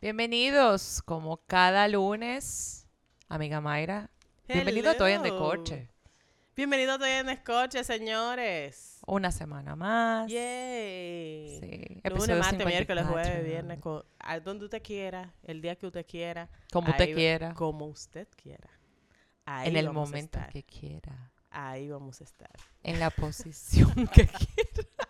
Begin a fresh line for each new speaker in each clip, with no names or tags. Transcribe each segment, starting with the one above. Bienvenidos, como cada lunes, amiga Mayra. Bienvenido a Toy en de
Hello.
Corche.
Bienvenido a Toy en Escoche, señores.
Una semana más.
Yay.
Sí, episodio
Lunes, martes, miércoles,
54.
jueves, viernes, co- a donde usted quiera, el día que usted quiera.
Como usted
ahí-
quiera.
Como usted quiera. Ahí
en el
vamos a
momento
estar,
que quiera.
Ahí vamos a estar.
En la posición que quiera.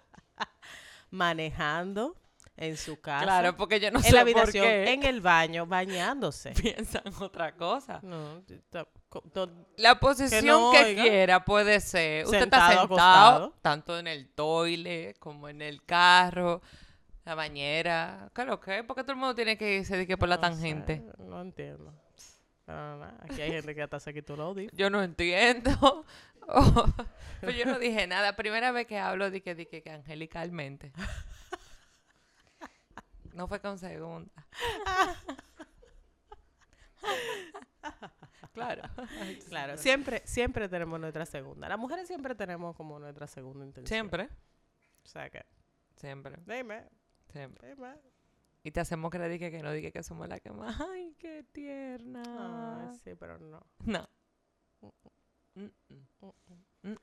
Manejando en su casa.
Claro, porque yo no sé
en la
por
habitación,
qué
en el baño, bañándose.
piensan otra cosa.
No, ta- co- to-
La posición que,
no, oiga.
quiera puede ser. Usted está
Sentado,
sentado,
acostado.
tanto en el toile como en el carro, la bañera. ¿Qué lo que? es? ¿Por qué todo el mundo tiene que irse de que por la
no sé,
tangente?
no entiendo. Pero nada, aquí hay gente que hasta se quitó el audio.
Yo no entiendo. Oh, pero yo no dije nada. Primera vez que hablo de que, de que, que angelicalmente. No fue con segunda. Claro.
Claro, siempre, siempre tenemos nuestra segunda. Las mujeres siempre tenemos como nuestra segunda intención.
Siempre.
O sea que,
Siempre.
dime,
Siempre.
dime.
Y te hacemos creer de que, que no dije que somos la que más. Ay, qué tierna.
Ay, sí, pero no.
No. Mm,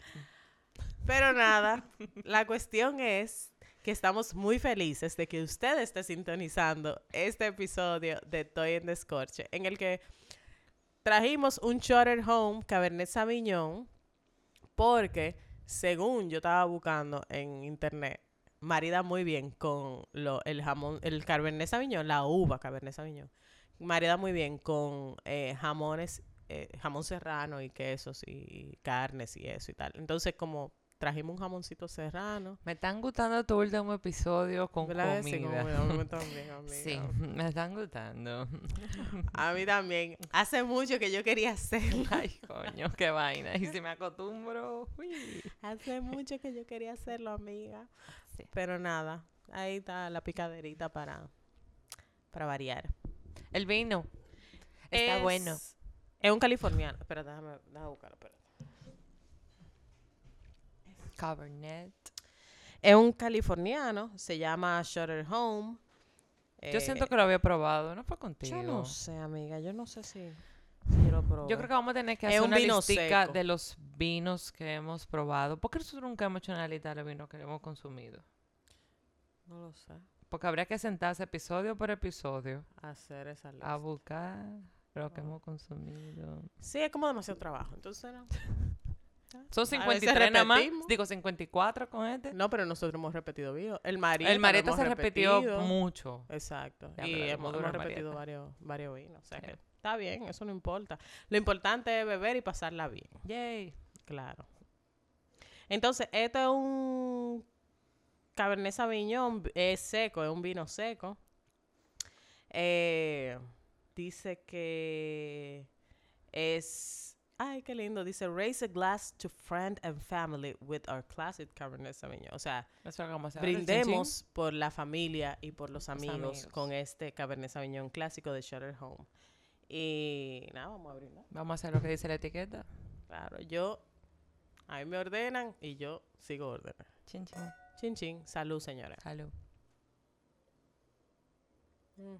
Pero nada, la cuestión es que estamos muy felices de que usted esté sintonizando este episodio de Toy en Descorche, en el que trajimos un Shorter Home Cabernet Sauvignon, porque según yo estaba buscando en internet, marida muy bien con lo, el jamón, el Cabernet Sauvignon, la uva Cabernet Sauvignon, marida muy bien con eh, jamones eh, jamón serrano y quesos y carnes y eso y tal. Entonces, como trajimos un jamoncito serrano.
Me están gustando tu último episodio con
¿verdad que sí? Como
comida.
me- me también, amiga.
Sí, me están gustando.
A mí también. Hace mucho que yo quería hacerla.
Ay, coño, qué vaina. Y si me acostumbro. uy.
Hace mucho que yo quería hacerlo, amiga.
Sí.
Pero nada, ahí está la picaderita para, para variar.
El vino. Está
Es-
bueno.
Es un californiano. Espera, déjame, déjame buscarlo. espera.
Cabernet.
Es un californiano. Se llama Shutter Home. Eh,
Yo siento que lo había probado, eh, no fue contigo.
Yo no sé, amiga. Yo no sé si, si lo probé.
Yo creo que vamos a tener que
Es
hacer
un
una
vino
listica
seco.
de los vinos que hemos probado. ¿Por qué nosotros nunca hemos hecho una lista de los vinos que hemos consumido?
No lo sé.
Porque habría que sentarse episodio por episodio
Hacer esa
a
lista.
buscar lo que hemos consumido.
Sí, es como demasiado trabajo. Entonces, no.
Son
A veces
53 nada más.
repetimos.
Digo, 54 con este.
No, pero nosotros hemos repetido vivo. El marido.
El Mareta se repetió mucho.
Exacto.
Ya,
y
pero
hemos,
dura
hemos
el
repetido
Marieta.
varios, varios vinos. O sea
Sí.
que está bien, eso no importa. Lo importante es beber y pasarla bien.
Yay.
Claro. Entonces, este es un Cabernet Sauvignon, es seco, es un vino seco. Eh, dice que es... Ay, qué lindo. Dice, raise a glass to friend and family with our classic Cabernet Sauvignon. O sea,
Eso es lo que vamos a hacer. Chin, chin.
brindemos por la familia y por los amigos,
amigos.
con este Cabernet Sauvignon clásico de Shutter Home. Y nada, vamos a brindar.
Vamos a hacer lo que dice la etiqueta.
Claro, yo. A mí me ordenan y yo sigo ordenando.
Chin, chin.
Chin, chin. Salud, señora.
Salud. Mm.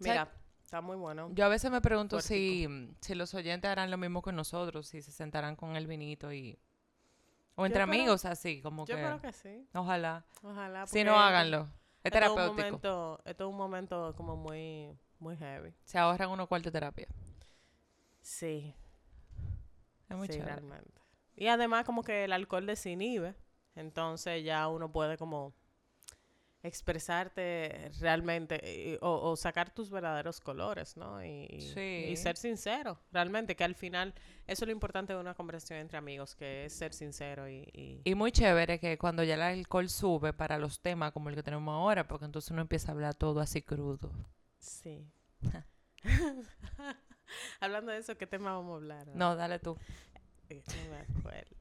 Mira, está muy bueno.
Yo a veces me pregunto
Fuertico.
si, mm, si los oyentes harán lo mismo que nosotros, si se sentarán con el vinito y... O entre
espero-
amigos así, como
Yo
que...
creo que sí.
Ojalá.
Ojalá.
Si
porque
no, háganlo. Es
esto un
terapéutico.
momento- esto es un momento como muy, muy heavy.
Se ahorran unos cuartos de terapia.
Sí,
Es muy
sí,
chévere.
realmente. Y además como que el alcohol desinhibe. Entonces ya uno puede como expresarte realmente y- o, o sacar tus verdaderos colores, ¿no? Y, y-
Sí.
y ser sincero, realmente, que al final eso es lo importante de una conversación entre amigos, que es ser sincero y... y-
Y muy chévere que cuando ya el alcohol sube para los temas como el que tenemos ahora, porque entonces uno empieza a hablar todo así crudo.
Sí. Hablando de eso, ¿qué tema vamos a hablar? ahora?
No, dale tú.
Eh, no me acuerdo.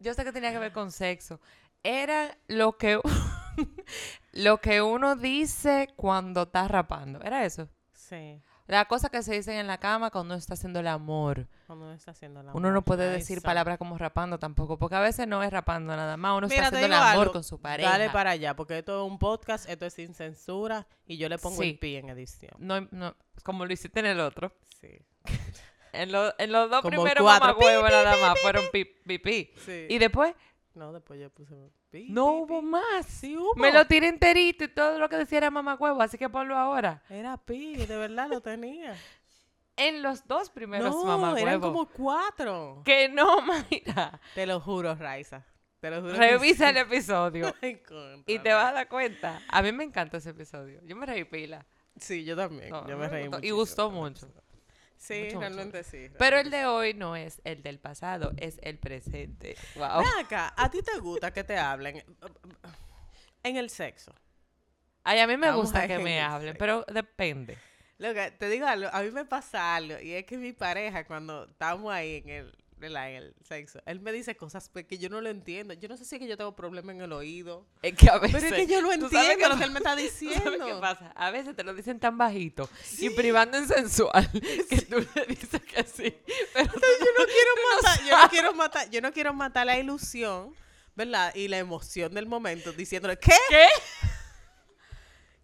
Yo sé que tenía que ver con sexo. Era lo que, lo que uno dice cuando está rapando. ¿Era eso?
Sí.
O Las cosas que se dicen en la cama cuando uno está haciendo el amor.
Cuando uno está haciendo el
Uno no
amor.
puede
Ay,
decir
santo.
palabras como rapando tampoco, porque a veces no es rapando nada más, uno
Mira,
está
te
haciendo el
digo
amor
algo,
con su pareja.
Dale para allá, porque esto es un podcast, esto es sin censura y yo le pongo
Sí.
el pi en edición.
No, no, como lo hiciste en el otro.
Sí.
En, lo- en los dos
Como
primeros
cuatro,
mamagüevos
pi, pi,
nada
pi,
más
pi,
fueron pi, pi, pi.
sí.
Y después
No, después yo puse pi,
no
pi,
hubo
pi.
más.
Sí hubo.
Me lo tiré enterito y todo lo que decía era mamagüevo, así que ponlo ahora.
Era pi, de verdad lo tenía.
En los dos primeros
no, eran
mamagüevos.
como cuatro.
Que no, mira.
Te lo juro, Raiza. Te lo juro. que
Revisa el episodio
sí. Ay, contra,
y te
no.
vas a dar cuenta. A mí me encanta ese episodio. Yo me reí pila.
Sí, yo también.
No,
yo
a
me
mí
reí
gustó. Y
muchísimo
gustó
con el
mucho.
episodio. Sí,
mucho,
realmente sí.
Pero
realmente
el de hoy no es el del pasado, es el presente. Wow.
Ven acá, ¿a ti te gusta que te hablen en el sexo?
Ay, a mí me
Vamos
gusta
a
que me
ir,
hablen,
sí.
pero depende.
Loca, te digo algo, a mí me pasa algo, y es que mi pareja, cuando estamos ahí en el, en la- en el sexo, él me dice cosas pe- que yo no lo entiendo. Yo no sé si es que yo tengo problema en el oído,
Es que a veces.
pero es que yo lo
¿tú sabes
entiendo
qué
lo que él me está
¿Tú sabes qué
diciendo.
pasa? A veces te lo dicen tan bajito y privando en sensual que tú le dices que sí. Pero tú
yo no quiero matar, yo no quiero matar, yo no quiero matar la ilusión, ¿verdad? Y la emoción del momento, diciéndole, ¿qué?
¿Qué?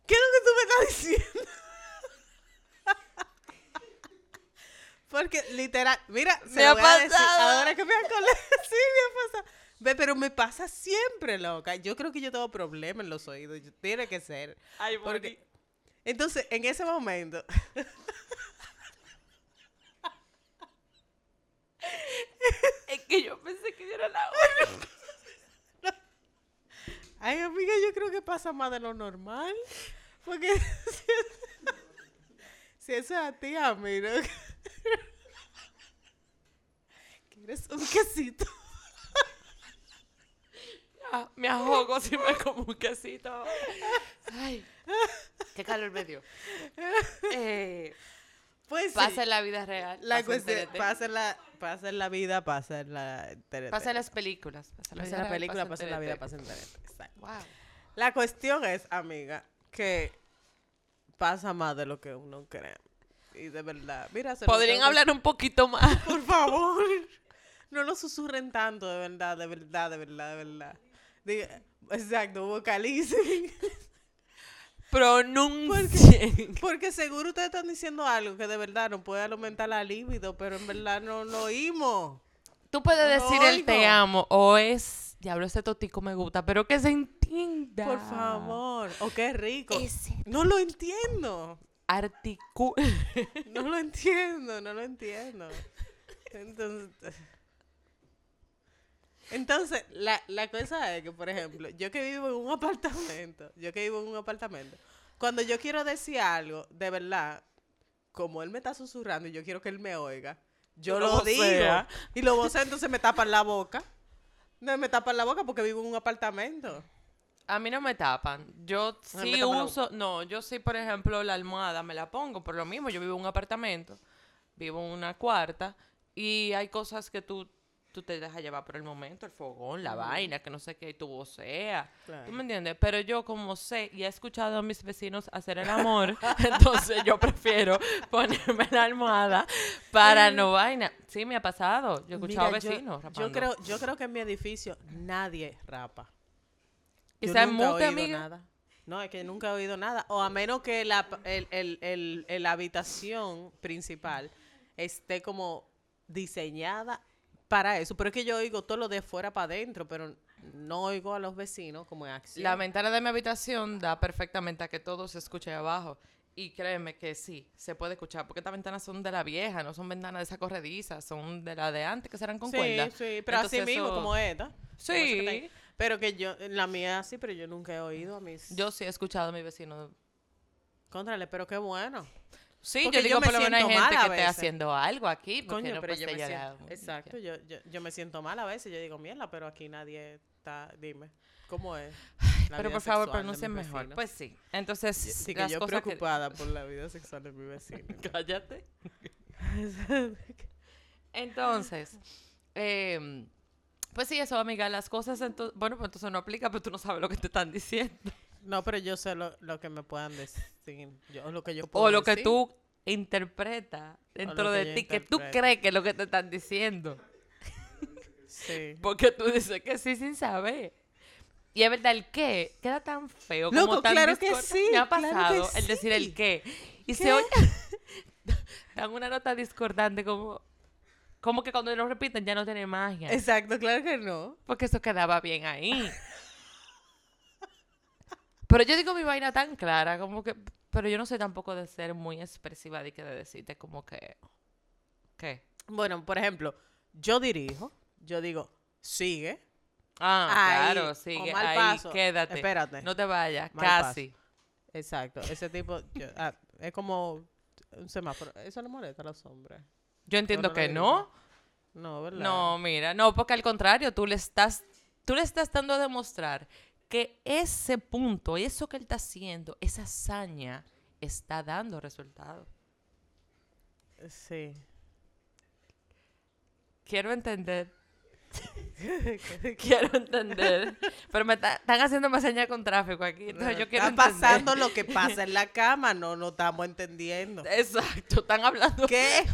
¿Qué es lo que tú me estás diciendo? Porque literal, mira, se
Me
lo
ha
voy a decir,
pasado.
ahora que me acordé, sí, me ha pasado. Ve, pero me pasa siempre, loca. Yo creo que yo tengo problemas en los oídos, yo- tiene que ser.
Ay,
Porque, entonces, en ese momento,
Es que yo pensé que yo era la única.
Ay, amiga, yo creo que pasa más de lo normal. Porque si, si eso es a ti, a mí, ¿no? ¿Quieres un quesito?
Ah, Me ahogo si me como un quesito. Ay, qué calor me dio. Eh,
Pues sí.
pasa en la vida real.
la
pasa en
cuestión.
TNT,
Pasa en la, pasa en la vida, pasa en la. TNT.
pasa en las películas. Pasa en
Pasa en la
real,
película, pasa en la vida,
TNT.
pasa en TNT. Exacto.
Wow.
La cuestión es, amiga, que pasa más de lo que uno cree. Y de verdad, mira, se lo
Podrían
tengo que-
hablar un poquito más.
Por favor. No lo susurren tanto, de verdad, de verdad, de verdad, de verdad. Diga- exacto, vocalicen.
Pronuncien.
Porque seguro ustedes están diciendo algo que de verdad no puede aumentar la libido, pero en verdad no lo oímos.
Tú puedes
No
decir el te
oigo.
amo o es, diablo, ese totico me gusta, pero que se entienda.
Por favor. O qué rico.
Ese
No lo entiendo.
articu...
No lo entiendo, no lo entiendo. Entonces, entonces la, la cosa es que, por ejemplo, yo que vivo en un apartamento, yo que vivo en un apartamento, cuando yo quiero decir algo, de verdad, como él me está susurrando y yo quiero que él me oiga, yo
Tú
lo,
lo
digo.
voceas.
Y lo voceo, entonces me tapan la boca. No, me tapan la boca porque vivo en un apartamento.
A mí no me tapan. Yo
A mí me
sí
tapan la
uso, no, yo sí, por ejemplo, la almohada me la pongo, por lo mismo, yo vivo en un apartamento, vivo en una cuarta y hay cosas que tú, tú te dejas llevar por el momento, el fogón, la vaina, que no sé qué, y tú voceas.
Claro.
¿Tú me entiendes? Pero yo como sé y he escuchado a mis vecinos hacer el amor, entonces yo prefiero ponerme la almohada para no vaina. Sí, me ha pasado. Yo he escuchado
Mira, yo-
vecinos.
yo,
rapando.
creo, yo creo que en mi edificio nadie rapa.
Y
Yo
se
nunca he
mute,
oído
amiga.
nada. No, es que nunca he oído nada. O a menos que la el, el- el- el- la habitación principal esté como diseñada para eso. Pero es que yo oigo todo lo de fuera para adentro, pero no oigo a los vecinos como en acción.
La ventana de mi habitación da perfectamente a que todo se escuche ahí abajo. Y créeme que sí, se puede escuchar, porque estas ventanas son de la vieja, no son ventanas de esa corrediza, son de la de antes que serán con
sí,
cuerda.
sí, pero así
Entonces,
mismo
eso-
como esta. Como esa que está ahí.
Sí.
Pero que yo, la mía sí, pero yo nunca he oído a mis...
Yo sí he escuchado a mis vecinos.
Contrale, pero qué bueno.
Sí,
Porque
yo
yo
digo,
me
por lo menos hay
siento mal
gente
a
que esté
veces.
haciendo algo aquí. porque
Coño,
no
pero yo
puede
me
ser ya-
siento, exacto, yo, yo, yo me siento mal a veces, yo digo, mierda, pero aquí nadie está, dime, ¿cómo es? la
Pero
vida
por favor,
sexual de mis
pronuncien mejor.
vecinos?
Pues sí. Entonces,
sí que
las
yo
cosas
preocupada por la vida sexual de mi vecino.
que... Cállate. Entonces, em, pues sí, eso, amiga, las cosas, ento- bueno, pues entonces no aplica, pero tú no sabes lo que te están diciendo.
No, pero yo sé lo, lo que me puedan decir, yo, lo que yo puedo
O lo que
decir.
tú interpreta dentro
Pues lo que
de
yo
ti que tú
interpreto.
crees que es lo que te están diciendo.
Sí.
Porque tú dices que sí sin saber. Y es verdad, el qué queda tan feo.
Loco,
como tan
claro que
discordante.
sí,
Me ha
claro que
pasado el decir
sí.
el qué. Y se
¿Qué?
oye. dan una nota discordante, como, como que cuando lo repiten ya no tiene magia.
Exacto, claro que no.
Porque eso quedaba bien ahí. Pero yo digo mi vaina tan clara, como que. Pero yo no sé tampoco de ser muy expresiva de que de decirte como que. ¿Qué?
Bueno, por ejemplo, yo dirijo, yo digo, sigue.
Ah,
Ahí,
claro,
o
sigue.
mal
ahí,
paso.
quédate.
Espérate.
No te vayas,
Mal
casi.
Exacto, ese tipo yo- ah, es como un semáforo. Eso le molesta a los hombres.
Yo entiendo
no le
que
grito.
no.
No, ¿verdad?
No, mira, no, porque al contrario, tú le estás, tú le estás dando a demostrar que ese punto, eso que él está haciendo, esa hazaña, está dando resultado.
Sí.
Quiero entender. quiero entender. Pero me está- están haciendo más señal con tráfico aquí. Entonces yo quiero
Está
entender.
pasando lo que pasa en la cama, no, no estamos entendiendo.
Exacto, están hablando.
¿Qué?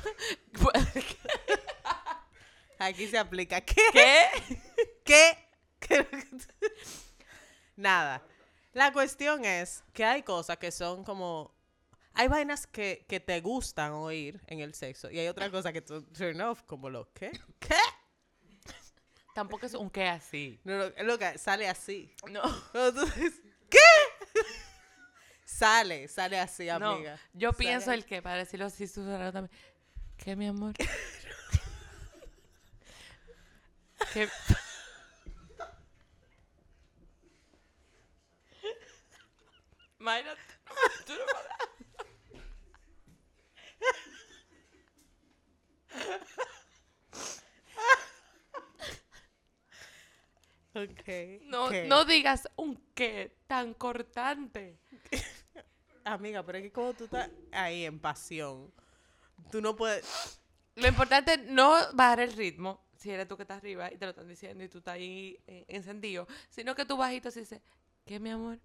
Aquí se aplica. ¿Qué?
¿Qué?
¿Qué? Creo que- Nada. La cuestión es que hay cosas que son como... Hay vainas que, que te gustan oír en el sexo y hay otras cosas que tú turn off, como lo que... ¿Qué?
Tampoco es un qué así.
No, lo, lo que sale así.
No.
Entonces, ¿Qué? sale, sale así,
No,
amiga.
yo
Sale
pienso
así.
el que, para decirlo así, susurrado también. ¿Qué, mi amor? ¿Qué? Mayra, tú no paras.
Ok,
no,
¿qué?
no digas un qué tan cortante.
Amiga, pero es que como tú estás ahí en pasión, tú no puedes...
Lo importante es no bajar el ritmo, si eres tú que estás arriba y te lo están diciendo y tú estás ahí eh, encendido, sino que tú bajito así dices, ¿qué, mi amor?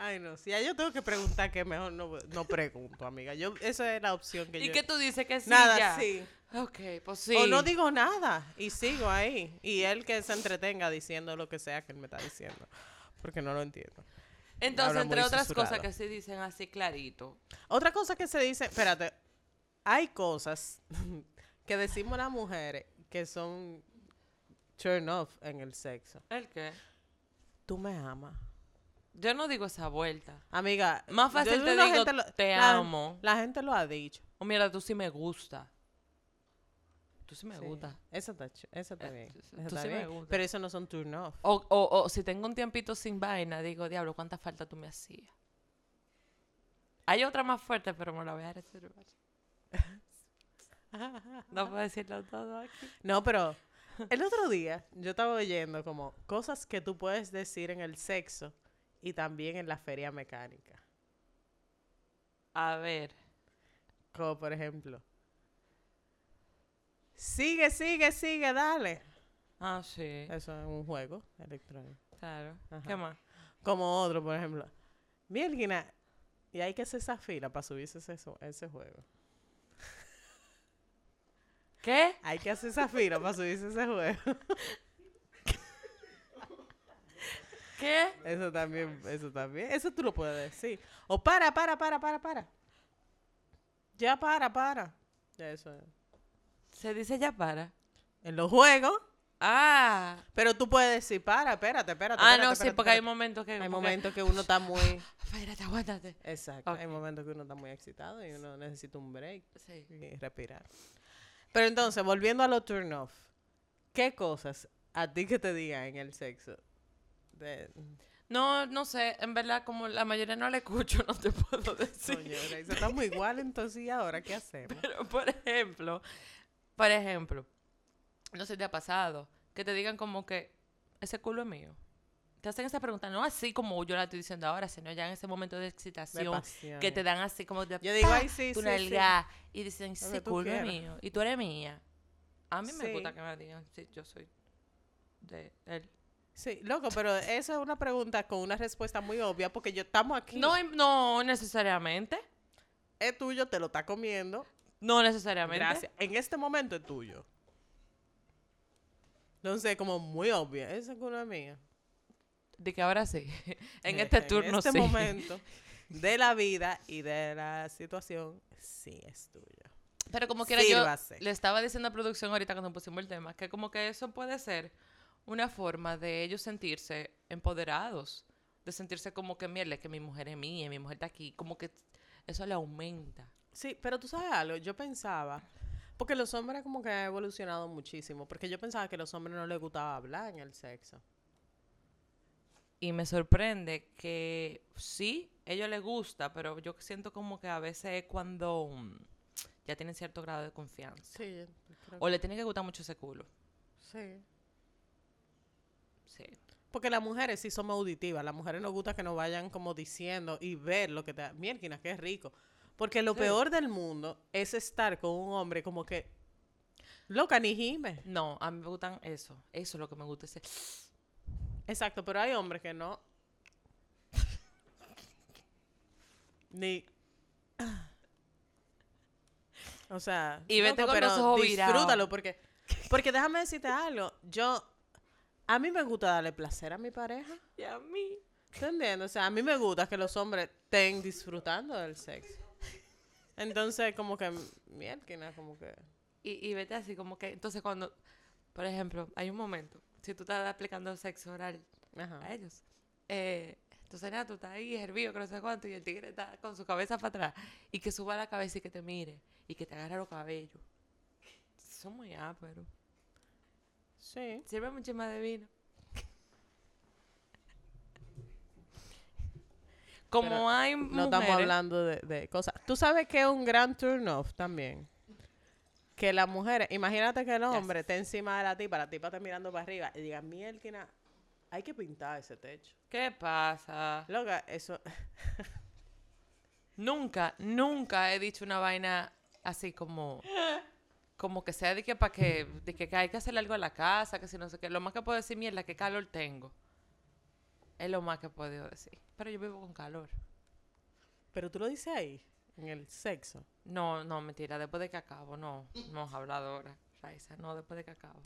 Ay, no, si ya yo tengo que preguntar, que mejor no, no pregunto, amiga. Yo, esa es la opción que
y
yo...
que tú dices que sí,
nada,
ya.
sí.
Ok, pues sí.
O no digo nada y sigo ahí. Y él que se entretenga diciendo lo que sea que él me está diciendo. Porque no lo entiendo.
Entonces,
habla
entre
muy
otras cosas
susurrado.
que sí dicen así clarito.
Otra cosa que se dice, espérate, hay cosas que decimos las mujeres que son turn off en el sexo.
¿El qué?
Tú me amas.
Yo no digo esa vuelta.
Amiga,
Más
yo
fácil te
la
digo,
gente
"Te
la-
amo".
La gente lo ha dicho.
O mira, tú sí me gusta. Tú sí me
Sí,
gusta. Eh,
Eso está, ch- eso está bien.
tú-
eso
tú
está
sí me
bien,
gusta.
Pero eso no son turn off.
O, o, o si tengo un tiempito sin vaina, digo, diablo, ¿cuánta falta tú me hacías? Hay otra más fuerte, pero me la voy a reservar. No puedo decirlo todo aquí.
No, pero el otro día yo estaba oyendo como cosas que tú puedes decir en el sexo y también en la feria mecánica.
A ver.
Como por ejemplo, sigue, sigue, sigue, dale.
Ah, sí.
Eso es un juego electrónico.
Claro. ¿Qué
Eh, Ajá.
más?
Como otro, por ejemplo, Mielguina, y hay que hacer esa fila para subirse ese, so- ese juego.
¿Qué?
Hay que hacer esa fila para subirse ese juego.
¿Qué?
Eso también, eso también. Eso tú lo puedes decir. O para, para, para, para, para. Ya para, para. Ya eso es.
Se dice ya para.
En los juegos.
Ah.
Pero tú puedes decir, para, espérate, espérate.
Ah,
espérate,
no, sí,
espérate,
porque hay
espérate".
momentos que...
Hay
como que,
momentos que uno está muy...
Espérate, aguántate.
Exacto.
Ok.
Hay momentos que uno está muy excitado y uno necesita un break
Sí.
y respirar. Pero entonces, volviendo a los turn off. ¿Qué cosas a ti que te digan en el sexo? De...
No, no sé, en verdad, como la mayoría no la escucho, no te puedo decir.
Coño, Grace, estamos igual entonces y ahora, ¿qué hacemos?
Pero, por ejemplo, por ejemplo, no sé si te ha pasado que te digan como que ese culo es mío. Te hacen esa pregunta, no así como yo la estoy diciendo ahora, sino ya en ese momento de
Me
excitación que te
apasiona.
dan así como de
Yo digo,
¡pa!
"Ay, sí,
tu
sí, sí".
nalga", y dicen,
Lo que
ese
tú
culo es
quieras.
mío y tú eres mía. A mí me
Sí.
gusta que me digan, sí, yo soy de él.
Sí, loco, pero esa es una pregunta con una respuesta muy obvia porque yo estamos aquí.
No, em- no necesariamente.
es tuyo, te lo está comiendo.
No necesariamente.
Gracias. En este momento es tuyo. Entonces, como muy obvia. Esa es una mía.
De que ahora sí. en este turno
En este
sí.
momento de la vida y de la situación, sí es tuya.
Pero como quiera yo
Sírvase.
le estaba diciendo a producción ahorita cuando pusimos el tema que como que eso puede ser una forma de ellos sentirse empoderados, de sentirse como que mierda, que mi mujer es mía, mi mujer está aquí, como que eso le aumenta.
Sí, pero tú sabes algo, yo pensaba, porque los hombres como que han evolucionado muchísimo, porque yo pensaba que a los hombres no les gustaba hablar en el sexo.
Y me sorprende que sí, a ellos les gusta, pero yo siento como que a veces es cuando mm, ya tienen cierto grado de confianza.
Sí,
O le tiene que gustar mucho ese culo.
sí.
Sí.
Porque las mujeres sí somos auditivas, las mujeres nos gusta que nos vayan como diciendo y ver lo que te... Mierquina, qué rico. Porque lo
Sí.
peor del mundo es estar con un hombre como que... Loca, ni gime.
No, a mí me gustan eso. Eso es lo que me gusta. Ese...
Exacto, pero hay hombres que no. Ni. O sea.
Y vete con los ojos virados.
Disfrútalo, porque. Porque déjame decirte algo. Yo. A mí me gusta darle placer a mi pareja.
Y a mí.
¿Tú entiendes? O sea, a mí me gusta que los hombres estén disfrutando del sexo. Entonces, como que. Mierda, como que.
Y, y vete así como que... Entonces cuando... Por ejemplo, hay un momento. Si tú estás aplicando sexo oral a
Ajá.
ellos. eh, entonces nada, tú estás ahí hervido, que no sé cuánto. Y el tigre está con su cabeza para atrás. Y que suba la cabeza y que te mire. Y que te agarre los cabellos. Son muy áperos.
Sí.
Sirve mucho más de vino. Como
Pero
hay
No
mujeres...
estamos hablando de, de cosas. Tú sabes que es un gran turn off también. Que las mujeres, imagínate que el hombre esté encima de la tipa, la tipa está mirando para arriba y diga, mielquina, hay que pintar ese techo.
¿Qué pasa?
Loca, eso.
Nunca, nunca he dicho una vaina así como como que sea de que para que de que, hay que hacer algo a la casa, que si no sé qué, lo más que puedo decir, mierda, qué calor tengo. Es lo más que he podido decir. Pero yo vivo con calor.
Pero tú lo dices ahí, en el sexo.
No, no, mentira, después de que acabo, no, no has hablado ahora, Raiza, no, después de que acabo.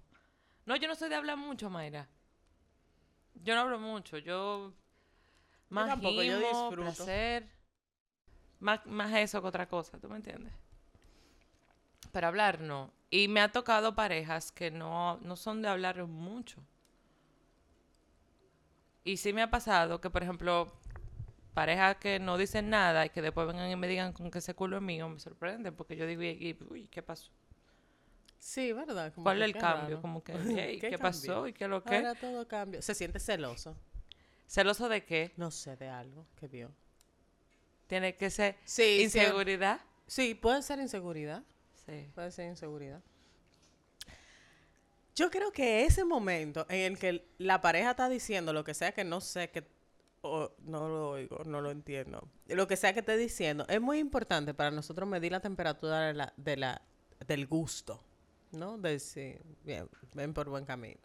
No, yo no soy de hablar mucho, Mayra. Yo no hablo mucho, yo más
tampoco, yo
gimo,
disfruto.
placer, más, más eso que otra cosa, ¿tú me entiendes? Para hablar, no. Y me ha tocado parejas que no, no son de hablar mucho. Y sí me ha pasado que, por ejemplo, parejas que no dicen nada y que después vengan y me digan con que ese culo es mío, me sorprende, porque yo digo, y, y, uy, ¿qué pasó?
Sí, ¿verdad? Como
¿Cuál
que
es el
qué
cambio?
raro.
Como que, "Ey, ¿qué,
¿Qué
pasó?
cambió?
¿Y qué lo que?
Ahora todo cambia. Se siente celoso.
¿Celoso de qué?
No sé de algo que vio.
¿Tiene que ser
Sí, sí.
inseguridad?
Sí, puede ser inseguridad.
Sí.
Puede ser inseguridad. Yo creo que ese momento en el que la pareja está diciendo lo que sea que no sé que o no lo oigo, no lo entiendo. Lo que sea que esté diciendo, es muy importante para nosotros medir la temperatura de la, de la- del gusto, ¿no? De si bien, ven por buen camino.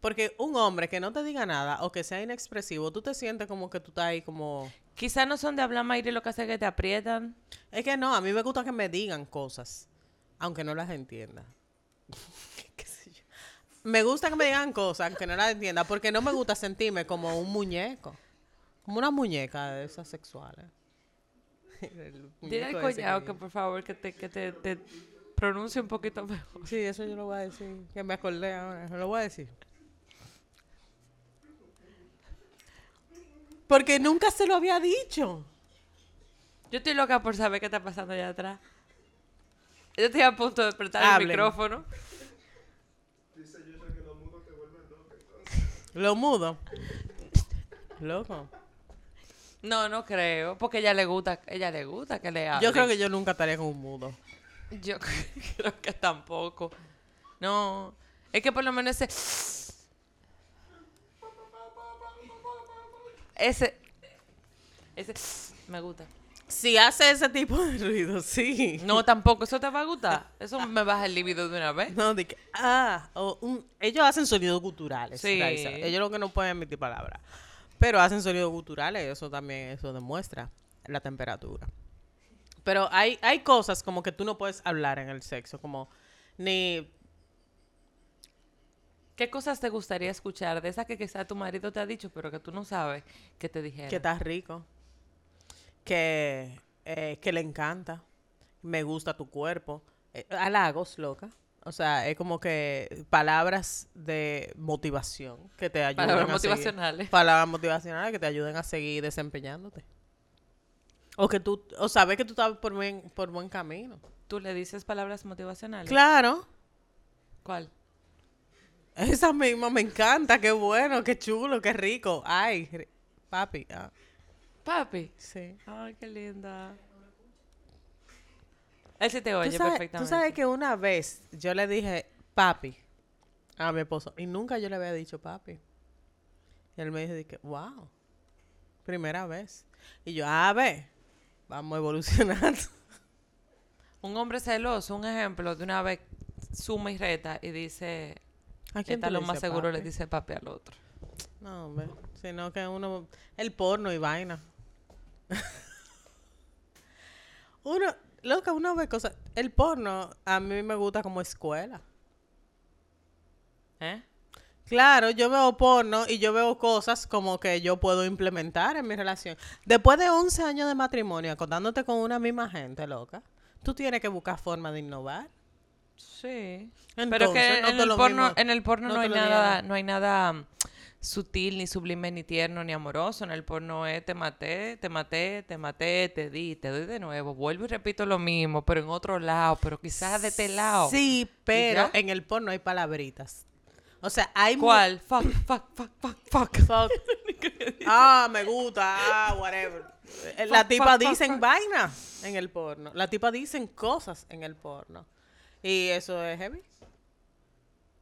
Porque un hombre que no te diga nada o que sea inexpresivo, tú te sientes como que tú estás ahí como...
Quizás no son de hablar, Mayra, y lo que hace es que te aprietan.
Es que no, a mí me gusta que me digan cosas, aunque no las entienda. ¿Qué sé yo? Me gusta que me digan cosas, aunque no las entienda, porque no me gusta sentirme como un muñeco. Como una muñeca de esas sexuales. El
Dile al
muñeco ese
collado
que-
que, por favor, que te, que te, te pronuncie un poquito mejor.
Sí, eso yo lo voy a decir, que me acordé ahora, lo voy a decir. Porque nunca se lo había dicho.
Yo estoy loca por saber qué está pasando allá atrás. Yo estoy a punto de apretar el
Hablen.
micrófono.
Lo mudo. Loco.
No, no creo, porque ella le gusta, ella le gusta que le hablen.
Yo creo que yo nunca estaría con un mudo.
Yo creo que tampoco. No. Es que por lo menos ese. Ese. Ese. Me gusta.
Si hace ese tipo de ruido, sí.
No, tampoco. Eso te va a gustar. Eso me baja el libido de una vez.
No, de que, ah, o un- ellos hacen sonidos guturales.
Sí.
Raiza. Ellos lo que no pueden emitir palabras. Pero hacen sonidos guturales, eso también eso demuestra la temperatura. Pero hay, hay cosas como que tú no puedes hablar en el sexo, como ni
¿Qué cosas te gustaría escuchar de esas que quizá tu marido te ha dicho, pero que tú no sabes que te dijera?
que estás rico, que, eh, que le encanta, me gusta tu cuerpo. Eh, halagos, loca. O sea, es como que palabras de motivación que te ayudan
Palabras
a seguir.
motivacionales.
Palabras motivacionales que te ayuden a seguir desempeñándote. O que tú, o sabes que tú estás por buen, por buen camino.
¿Tú le dices palabras motivacionales?
Claro.
¿Cuál?
Esa misma me encanta, qué bueno, qué chulo, qué rico. Ay, ri- papi. ah,
Papi.
sí.
Ay, qué linda. Él sí te
Tú
oye
sabes-
perfectamente.
Tú sabes que una vez yo le dije papi a mi esposo y nunca yo le había dicho papi. Y él me dijo, de que, wow, primera vez. Y yo, a ver, vamos evolucionando.
Un hombre celoso, un ejemplo, de una vez suma y reta y dice,
¿A quién
está
tú
lo
le
más
dices
seguro le
papi?
dice papi al otro.
No, hombre, sino que uno, el porno y vaina. uno, loca, uno ve cosas. El porno a mí me gusta como escuela.
¿Eh?
Claro, yo veo porno y yo veo cosas como que yo puedo implementar en mi relación. Después de 11 años de matrimonio, acostándote con una misma gente, loca, tú tienes que buscar forma de innovar.
Sí. Pero
Entonces,
que
no
en,
te
el
lo
porno,
mismo-
en el porno
no
no,
te
hay
lo
nada,
niegan.
no hay nada mm, sutil, ni sublime, ni tierno, ni amoroso. En el porno es te maté, te maté, te maté, te di, te doy de nuevo. Vuelvo y repito lo mismo, pero en otro lado, pero quizás de este lado.
Sí,
ya?
pero en el porno hay palabritas. O sea, hay... mu-
¿Cuál? Fuck, fuck, fuck, fuck, fuck.
Fuck. ah, me gusta, ah, whatever. Eh, La
Fuck,
tipa
fuck, fuck,
dicen
fuck.
vaina en el porno. La tipa dicen cosas en el porno. Y eso es heavy.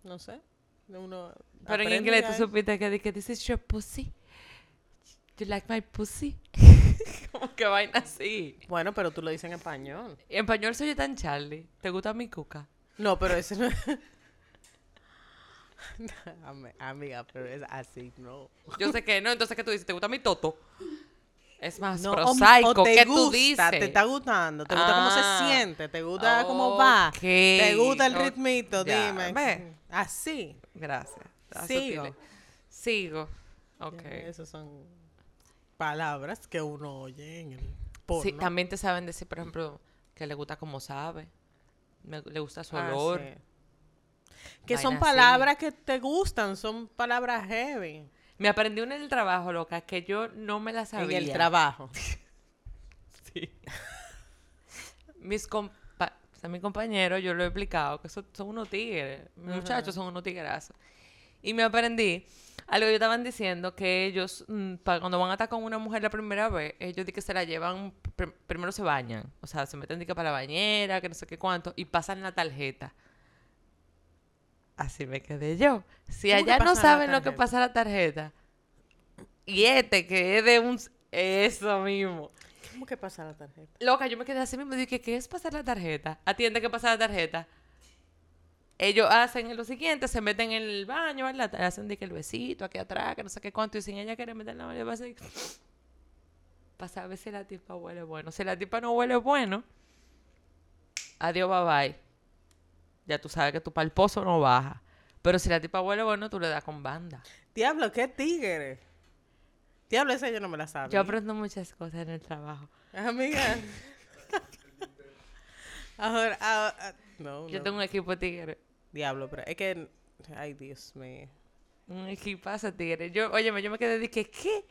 No sé. Uno
Pero en
aprende
inglés tú
ahí.
supiste que dije, this is your pussy. You like my pussy. Como que vaina así.
Bueno, pero tú lo dices en español.
En español soy tan Charlie. ¿Te gusta mi cuca?
No, pero ese no es. Am- Amiga, pero es así, no.
Yo sé que no, entonces ¿qué tú dices? ¿Te gusta mi toto? Es más
No, o- o
prosaico.
te
¿Qué tú
gusta,
dices?
Te está gustando, te gusta cómo
Ah,
se siente, te gusta cómo va,
ok,
te gusta el
ok,
ritmito,
ya,
dime.
ve.
Así.
Gracias. Estaba
Sigo.
sutil. Sigo. Ok.
Esas son palabras que uno oye en el porno.
Sí, también te saben decir, por ejemplo, que le gusta como sabe. Me- le gusta su
Ah,
olor.
sí. Que son
Vaina así.
palabras que te gustan, son palabras heavy.
Me aprendí una en el trabajo, loca, que yo no me la sabía.
En el trabajo.
mis compa o sea, mi compañero, yo lo he explicado, que son, son unos tigres, mis muchachos son unos tigrazos. Y me aprendí algo que estaban diciendo que ellos, mm, pa- cuando van a estar con una mujer la primera vez, ellos di que se la llevan, pr- primero se bañan, o sea, se meten di que para la bañera, que no sé qué cuánto, y pasan la tarjeta. Así me quedé yo. Si
¿Cómo que
allá no
pasan la
saben lo que
tarjeta?
pasa la tarjeta, y este que es de un... Eso mismo.
¿Cómo que pasa la tarjeta?
Loca, yo me quedé así mismo. Dije, ¿qué es pasar la tarjeta? Atiende que pasar la tarjeta. Ellos hacen lo siguiente, se meten en el baño, ¿verdad? Te Hacen de que el besito aquí atrás, que no sé qué cuánto. Y sin ella querer meter la mano, va a hacer- Pasa a ver si la tipa huele bueno. Si la tipa no huele bueno, adiós, bye bye. Ya tú sabes que tu palposo no baja. Pero si la tipa huele bueno, tú le das con banda.
Diablo, qué tigre. Diablo, esa yo no me la sabía.
Yo aprendo muchas cosas en el trabajo.
Amiga. ahora, ahora- no,
Yo
no.
tengo un equipo tigre.
Diablo, pero es que, ay, Dios mío.
Un equipazo, tigre. Yo, óyeme, yo me quedé de que, ¿qué?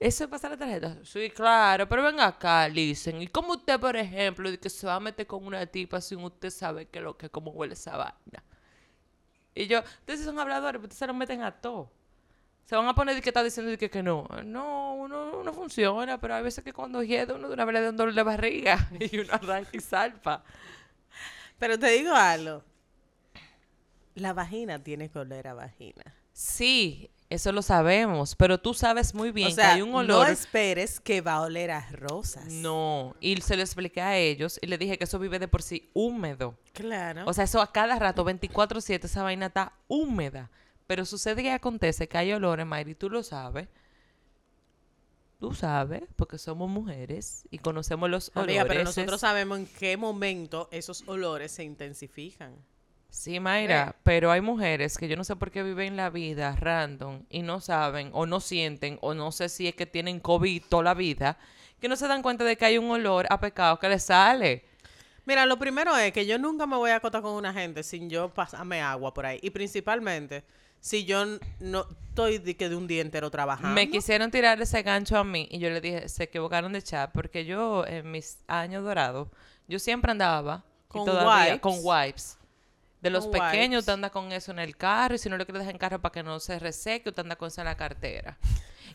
¿Eso es pasar la tarjeta? Sí, claro, pero ven acá, dicen. ¿Y cómo usted, por ejemplo, de que se va a meter con una tipa sin usted saber que lo que, cómo huele esa vaina? Y yo, ustedes son habladores, pero ustedes se lo meten a todo. Se van a poner de que está diciendo de que, que no. No, uno no funciona, pero hay veces que cuando hiede uno de una vez le da un dolor de barriga y uno arranca y salpa.
Pero te digo algo. La vagina tiene que oler a vagina.
Sí, Eso lo sabemos, pero tú sabes muy bien
o sea,
que hay un olor.
no esperes que va a oler a rosas.
No, y se lo expliqué a ellos y le dije que eso vive de por sí húmedo.
Claro.
O sea, eso a cada rato, 24-7, esa vaina está húmeda. Pero sucede y acontece que hay olores, Mayri, tú lo sabes. Tú sabes, porque somos mujeres y conocemos los olores.
Amiga, pero nosotros sabemos en qué momento esos olores se intensifican.
Sí, Mayra,
Eh.
pero hay mujeres que yo no sé por qué viven la vida random y no saben o no sienten o no sé si es que tienen COVID toda la vida, que no se dan cuenta de que hay un olor a pecado que les sale.
Mira, lo primero es que yo nunca me voy a acotar con una gente sin yo pasarme agua por ahí. Y principalmente si yo n- no estoy de, que de un día entero trabajando.
Me quisieron tirar ese gancho a mí y yo le dije, se equivocaron de chat porque yo en mis años dorados, yo siempre andaba y
Con wipes.
con wipes. De los
Con
pequeños,
wipes.
usted anda con eso en el carro y si no lo quieres dejar en carro para que no se reseque, usted anda con eso en la cartera.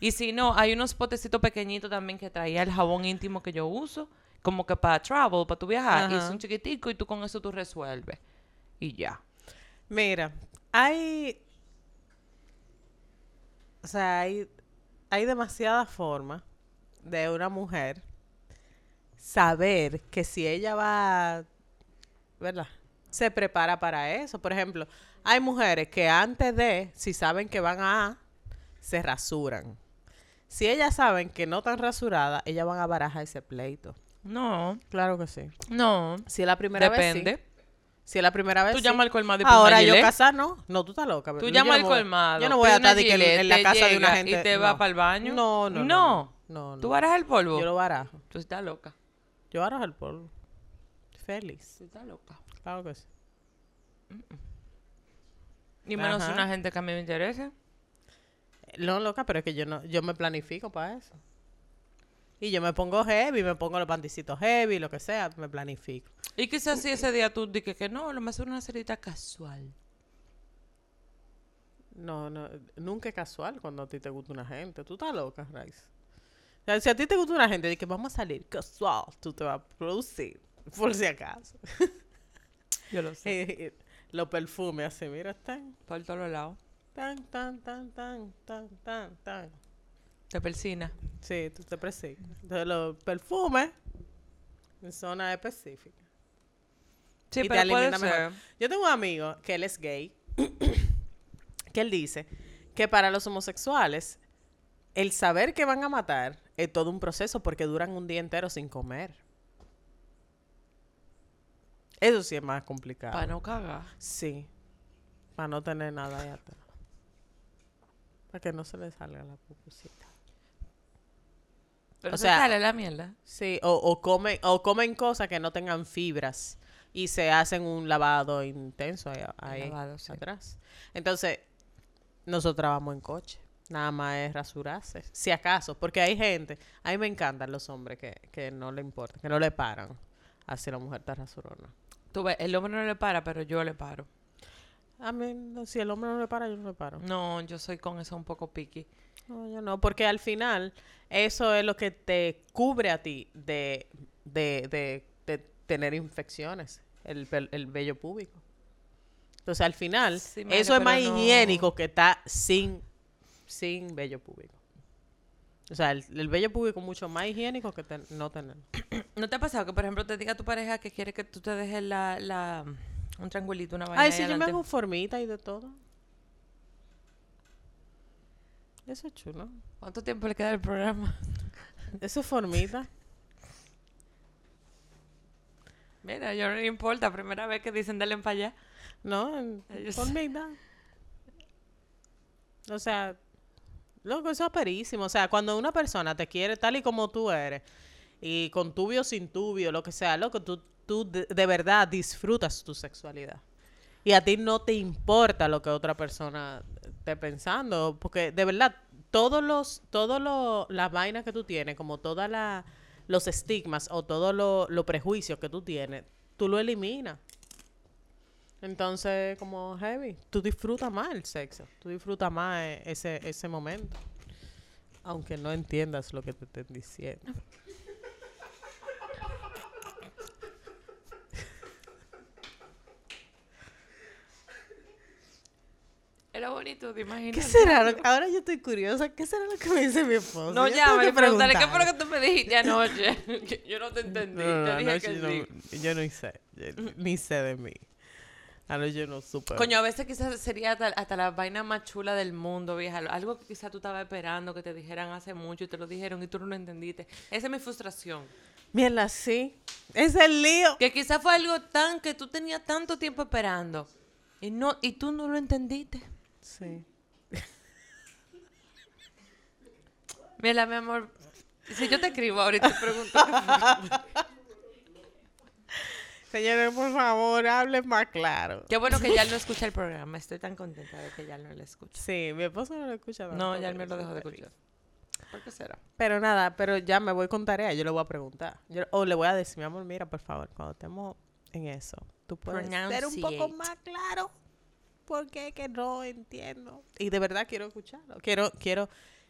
Y si no, hay unos potecitos pequeñitos también que traía el jabón íntimo que yo uso, como que para travel, para tu viajar, y es
Ajá.
un chiquitico y tú con eso tú resuelves. Y ya.
Mira, hay. O sea, hay, hay demasiada forma de una mujer saber que si ella va. ¿Verdad? Se prepara para eso. Por ejemplo, hay mujeres que antes de, si saben que van a, se rasuran. Si ellas saben que no están rasuradas, ellas van a barajar ese pleito.
No,
Claro que sí.
no.
Si es la primera vez. sí.
Depende.
Si es la primera vez.
Tú
sí.
llamas al colmado y pon
Ahora
una
yo
Gillette.
casar, no. No, tú estás loca.
Tú
yo
llamas al
no voy-
colmado.
Yo no voy a
pides una
estar de que en- en la
Gillette,
casa de una
llega
gente.
Y te
no.
va para el baño.
No, no, no,
No.
No, no.
Tú varas el polvo.
Yo lo barajo.
Tú estás loca.
Yo barajo el polvo. Feliz.
Tú estás loca.
Claro que sí.
Ni menos
Ajá.
una gente que a mí me interesa.
No, loca, pero es que yo no, yo me planifico para eso. Y yo me pongo heavy, me pongo los panticitos heavy, lo que sea, me planifico.
Y quizás si ese día tú dices que no, lo más es una cerita casual.
No, no, nunca es casual cuando a ti te gusta una gente. Tú estás loca, Raiz. O sea, si a ti te gusta una gente, de que vamos a salir casual, tú te vas a producir, por si acaso.
Yo lo
Eh, los perfumes así, mira, están
Por todos los lados.
tan, tan, tan, tan, tan, tan, tan.
Te persina.
Sí, tú te percibes. Entonces los perfumes en zonas específicas.
Sí,
Y te
pero puede
alimenta
ser.
mejor. Yo tengo un amigo que él es gay, que él dice que para los homosexuales el saber que van a matar es todo un proceso porque duran un día entero sin comer. Eso sí es más complicado.
Para no cagar.
Sí. Para no tener nada ahí atrás. Para que no se le salga la pupusita.
Pero
O
o
sea-
sea, sale la mierda.
Sí, o, o comen, o comen cosas que no tengan fibras y se hacen un lavado intenso ahí, ahí
Lavado, sí.
atrás. Entonces, nosotros vamos en coche. Nada más es rasurarse. Si acaso, porque hay gente, a mí me encantan los hombres que, que no le importan, que no le paran. Así la mujer está rasurona.
Tú ves, el hombre no le para, pero yo le paro.
A mí, no, si el hombre no le para, yo no le paro.
No, yo soy con eso un poco piqui.
No, yo no, porque al final eso es lo que te cubre a ti de, de, de, de tener infecciones, el, pel- el vello púbico. Entonces al final
Sí, madre,
eso es más
pero no.
higiénico que está sin, sin vello púbico. O sea, el, el vello púbico es mucho más higiénico que ten- no tener.
¿No te ha pasado que, por ejemplo, te diga tu pareja que quiere que tú te dejes la, la, un triangulito, una vaina
Ay,
ahí
sí, yo me
adelante?
hago formita y de todo. Eso es chulo.
¿Cuánto tiempo le queda al programa?
Eso es formita.
Mira, yo no le importa. Primera vez que dicen dale para allá.
No, en-
Ay, yo
por
sé.
mitad. O sea, loco, eso es perísimo. O sea, cuando una persona te quiere tal y como tú eres, y con tubio o sin tubio, lo que sea, loco, tú, tú de, de verdad disfrutas tu sexualidad. Y a ti no te importa lo que otra persona esté pensando, porque de verdad, todos los, todos los, las vainas que tú tienes, como todas la- los estigmas o todos los los prejuicios que tú tienes, tú lo eliminas. Entonces, como heavy, tú disfrutas más el sexo, tú disfrutas más eh, ese, ese momento. Aunque no entiendas lo que te estén diciendo.
Es lo bonito de imaginar.
¿Qué será? lo- Ahora yo estoy curiosa. ¿Qué será lo que me dice mi esposo?
No,
Yo
ya,
tengo
me
que
preguntaré qué fue lo
preguntarle.
que tú me dijiste anoche. Que yo no te entendí.
No, no,
te dije
anoche
que
yo,
sí.
no, yo no sé. yo ni sé de mí. Anoche yo no supe.
Coño, a veces quizás sería hasta, hasta la vaina más chula del mundo, vieja. Algo que quizás tú estabas esperando que te dijeran hace mucho y te lo dijeron y tú no lo entendiste. Esa es mi frustración.
Mierda, sí. Es el lío.
Que quizás fue algo tan que tú tenías tanto tiempo esperando y no y tú no lo entendiste.
Sí.
Mira, mi amor, si yo te escribo ahorita te pregunto. qué fue.
Señores, por favor, hablen más claro.
Qué bueno que ya él no escucha el programa. Estoy tan contenta de que ya él no lo escucha.
Sí, mi esposo no lo escucha.
No,
tampoco,
ya él me lo
eso
dejó de
está
escuchar. ¿Por qué será?
Pero nada, pero ya me voy con tarea, yo le voy a preguntar. Yo- o le voy a decir, mi amor, mira, por favor, cuando estemos en eso, tú puedes ser un poco
Pronunciate.
más claro. Porque es que no entiendo. Y de verdad quiero escucharlo. Quiero, quiero,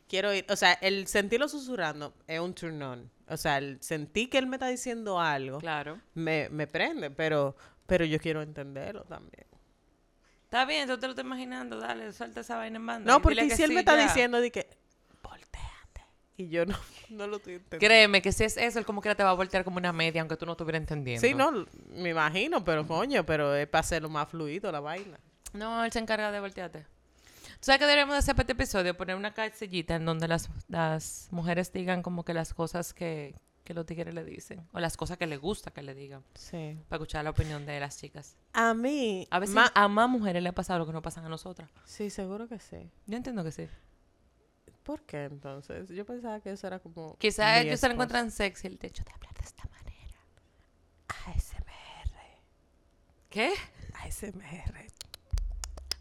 quiero ir. O sea, el sentirlo susurrando es un turn on. O sea, el sentir que él me está diciendo algo
Claro.
me, me prende, pero, pero yo quiero entenderlo también.
Está bien, tú te lo estás imaginando. Dale, suelta esa vaina en banda.
No,
y
porque
dile
si
que
él
sí,
me está
ya.
diciendo de que, volteate. Y yo no, no lo estoy entendiendo.
Créeme que si es eso, él como quiera te va a voltear como una media, aunque tú no estuvieras entendiendo.
Sí, no, l- me imagino, pero coño, pero es para hacerlo más fluido la vaina.
No, él se encarga de voltearte. ¿Tú sabes qué deberíamos de hacer para este episodio? Poner una casillita en donde las, las mujeres digan como que las cosas que, que los tigres le dicen. O las cosas que les gusta que le digan.
Sí.
Para escuchar la opinión de las chicas.
A mí,
A veces
ma-
a más mujeres le ha pasado lo que no pasan a nosotras.
sí, seguro que sí.
Yo entiendo que sí.
¿Por qué entonces? Yo pensaba que eso era como.
Quizás
mi
ellos se lo
esposo.
encuentran sexy el hecho de hablar de esta manera.
ASMR.
¿Qué?
ASMR.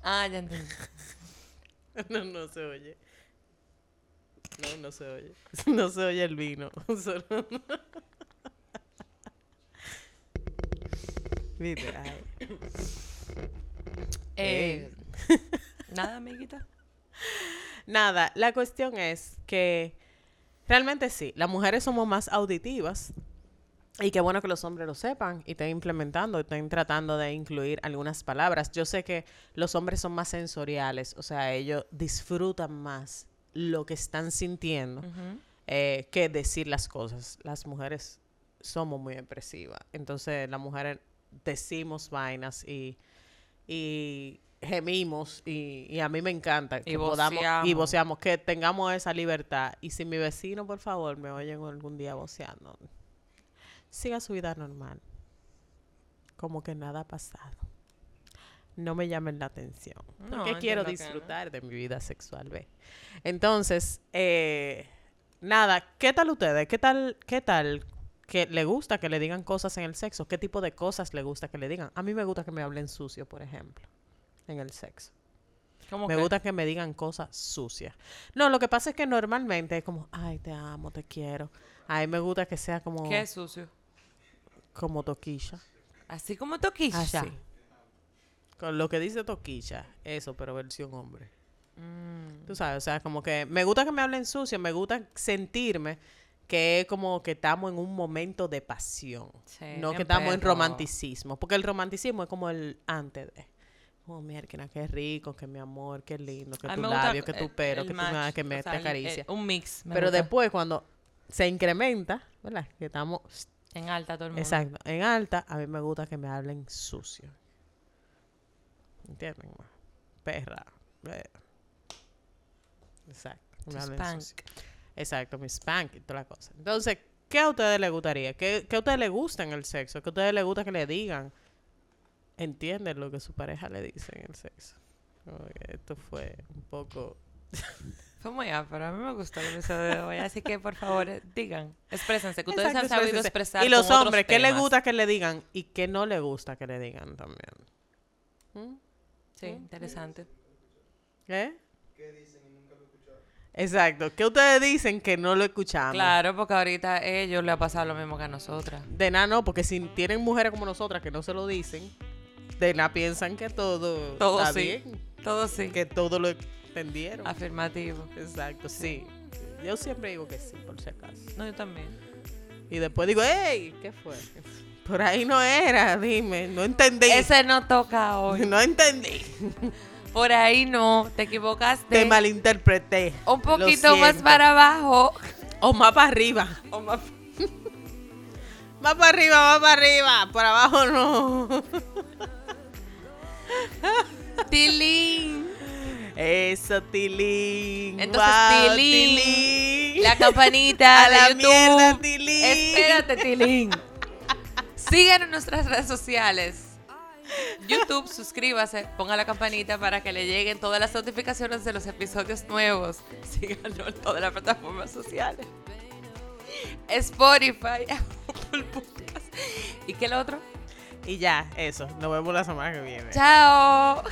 Ah, ya entendí.
No, no se oye. No, no se oye. No se oye el vino. Solo- Viste, ay.
Eh, Nada, amiguita.
Nada, la cuestión es que realmente sí, las mujeres somos más auditivas y qué bueno que los hombres lo sepan y estén implementando, estén tratando de incluir algunas palabras. Yo sé que los hombres son más sensoriales, o sea, ellos disfrutan más lo que están sintiendo
Ujú.
eh, que decir las cosas. Las mujeres somos muy expresivas. Entonces, las mujeres decimos vainas y, y gemimos. Y, y a mí me encanta que podamos y
voceamos.
voceamos, que tengamos esa libertad. Y si mi vecino, por favor, me oyen algún día voceando, siga su vida normal. Como que nada ha pasado. No me llamen la atención.
No,
porque quiero
entiendo que no.
disfrutar de mi vida sexual, ve. Entonces, eh, nada, ¿qué tal ustedes? ¿Qué tal, qué tal que le gusta que le digan cosas en el sexo? ¿Qué tipo de cosas le gusta que le digan? A mí me gusta que me hablen sucio, por ejemplo, en el sexo.
¿Cómo
Me
que?
gusta que me digan cosas sucias. No, lo que pasa es que normalmente es como, ay, te amo, te quiero. A mí me gusta que sea como,
¿Qué es sucio?
como toquilla.
Así como toquilla.
Así. Ah, Con lo que dice toquilla, eso, pero versión hombre.
Mm.
Tú sabes, o sea, como que me gusta que me hablen sucio, me gusta sentirme que es como que estamos en un momento de pasión,
Sí,
no
bien
que estamos en
Eh, perro.
romanticismo, porque el romanticismo es como el antes de. Oh, mierda, qué rico, que mi amor, qué lindo, que
A mí
tu
me gusta
labio, que tu
el-
pelo,
el
que tu
match,
nada, que
o
me
sea,
te
el-
acaricia.
el- un mix. me
Pero
gusta.
después cuando se incrementa, ¿verdad? Que estamos
En alta todo el mundo.
Exacto. En alta, a mí me gusta que me hablen sucio. ¿Entienden? ma? Perra. eh. Exacto. que
Tu
Me hablen
spank.
sucio. Exacto, mi spank y toda la cosa. Entonces, ¿qué a ustedes les gustaría? ¿Qué, qué a ustedes les gusta en el sexo? ¿Qué a ustedes les gusta que le digan? ¿Entienden lo que su pareja le dice en el sexo? Como que Esto fue un poco...
Fue muy áspero. A mí me gustó el episodio de hoy. Así que, por favor, eh, digan. Exprésense. Que ustedes
Exacto,
han sabido
exprésese.
expresar.
Y los hombres, ¿qué les gusta que le digan? ¿Y qué no le gusta que le digan también? ¿Mm?
Sí, interesante.
¿Qué? ¿Qué dicen y nunca lo escucharon? ¿Eh? Exacto. ¿Qué ustedes dicen que no lo escuchamos?
Claro, porque ahorita a ellos les ha pasado lo mismo que a nosotras.
De nada no, porque si tienen mujeres como nosotras que no se lo dicen, de nada piensan que todo,
Todo
está
sí. Ah.
bien,
Todo sí.
que todo lo entendieron.
Afirmativo.
Exacto, sí. Yo siempre digo que sí, por si acaso.
No, yo también.
Y después digo, ¡ey! ¿Qué fue? Por ahí no era, dime, no entendí.
Ese no toca hoy.
No entendí.
Por ahí no, te equivocaste.
Te malinterpreté.
un
Lo
poquito más
siento.
para abajo.
O más para arriba.
O más-
Más para arriba, más para arriba. Por abajo no.
Tilín.
Eso, Tilín.
Entonces,
Guau,
Tilín.
Tilín.
La campanita
A
de
la
YouTube.
mierda, Tilín.
Espérate, Tilín. Síganos en nuestras redes sociales. YouTube, suscríbase, ponga la campanita para que le lleguen todas las notificaciones de los episodios nuevos. Síganos en todas las plataformas sociales. Spotify, Apple Podcast. ¿Y qué el otro?
Y ya, eso. Nos vemos la semana que viene.
Chao.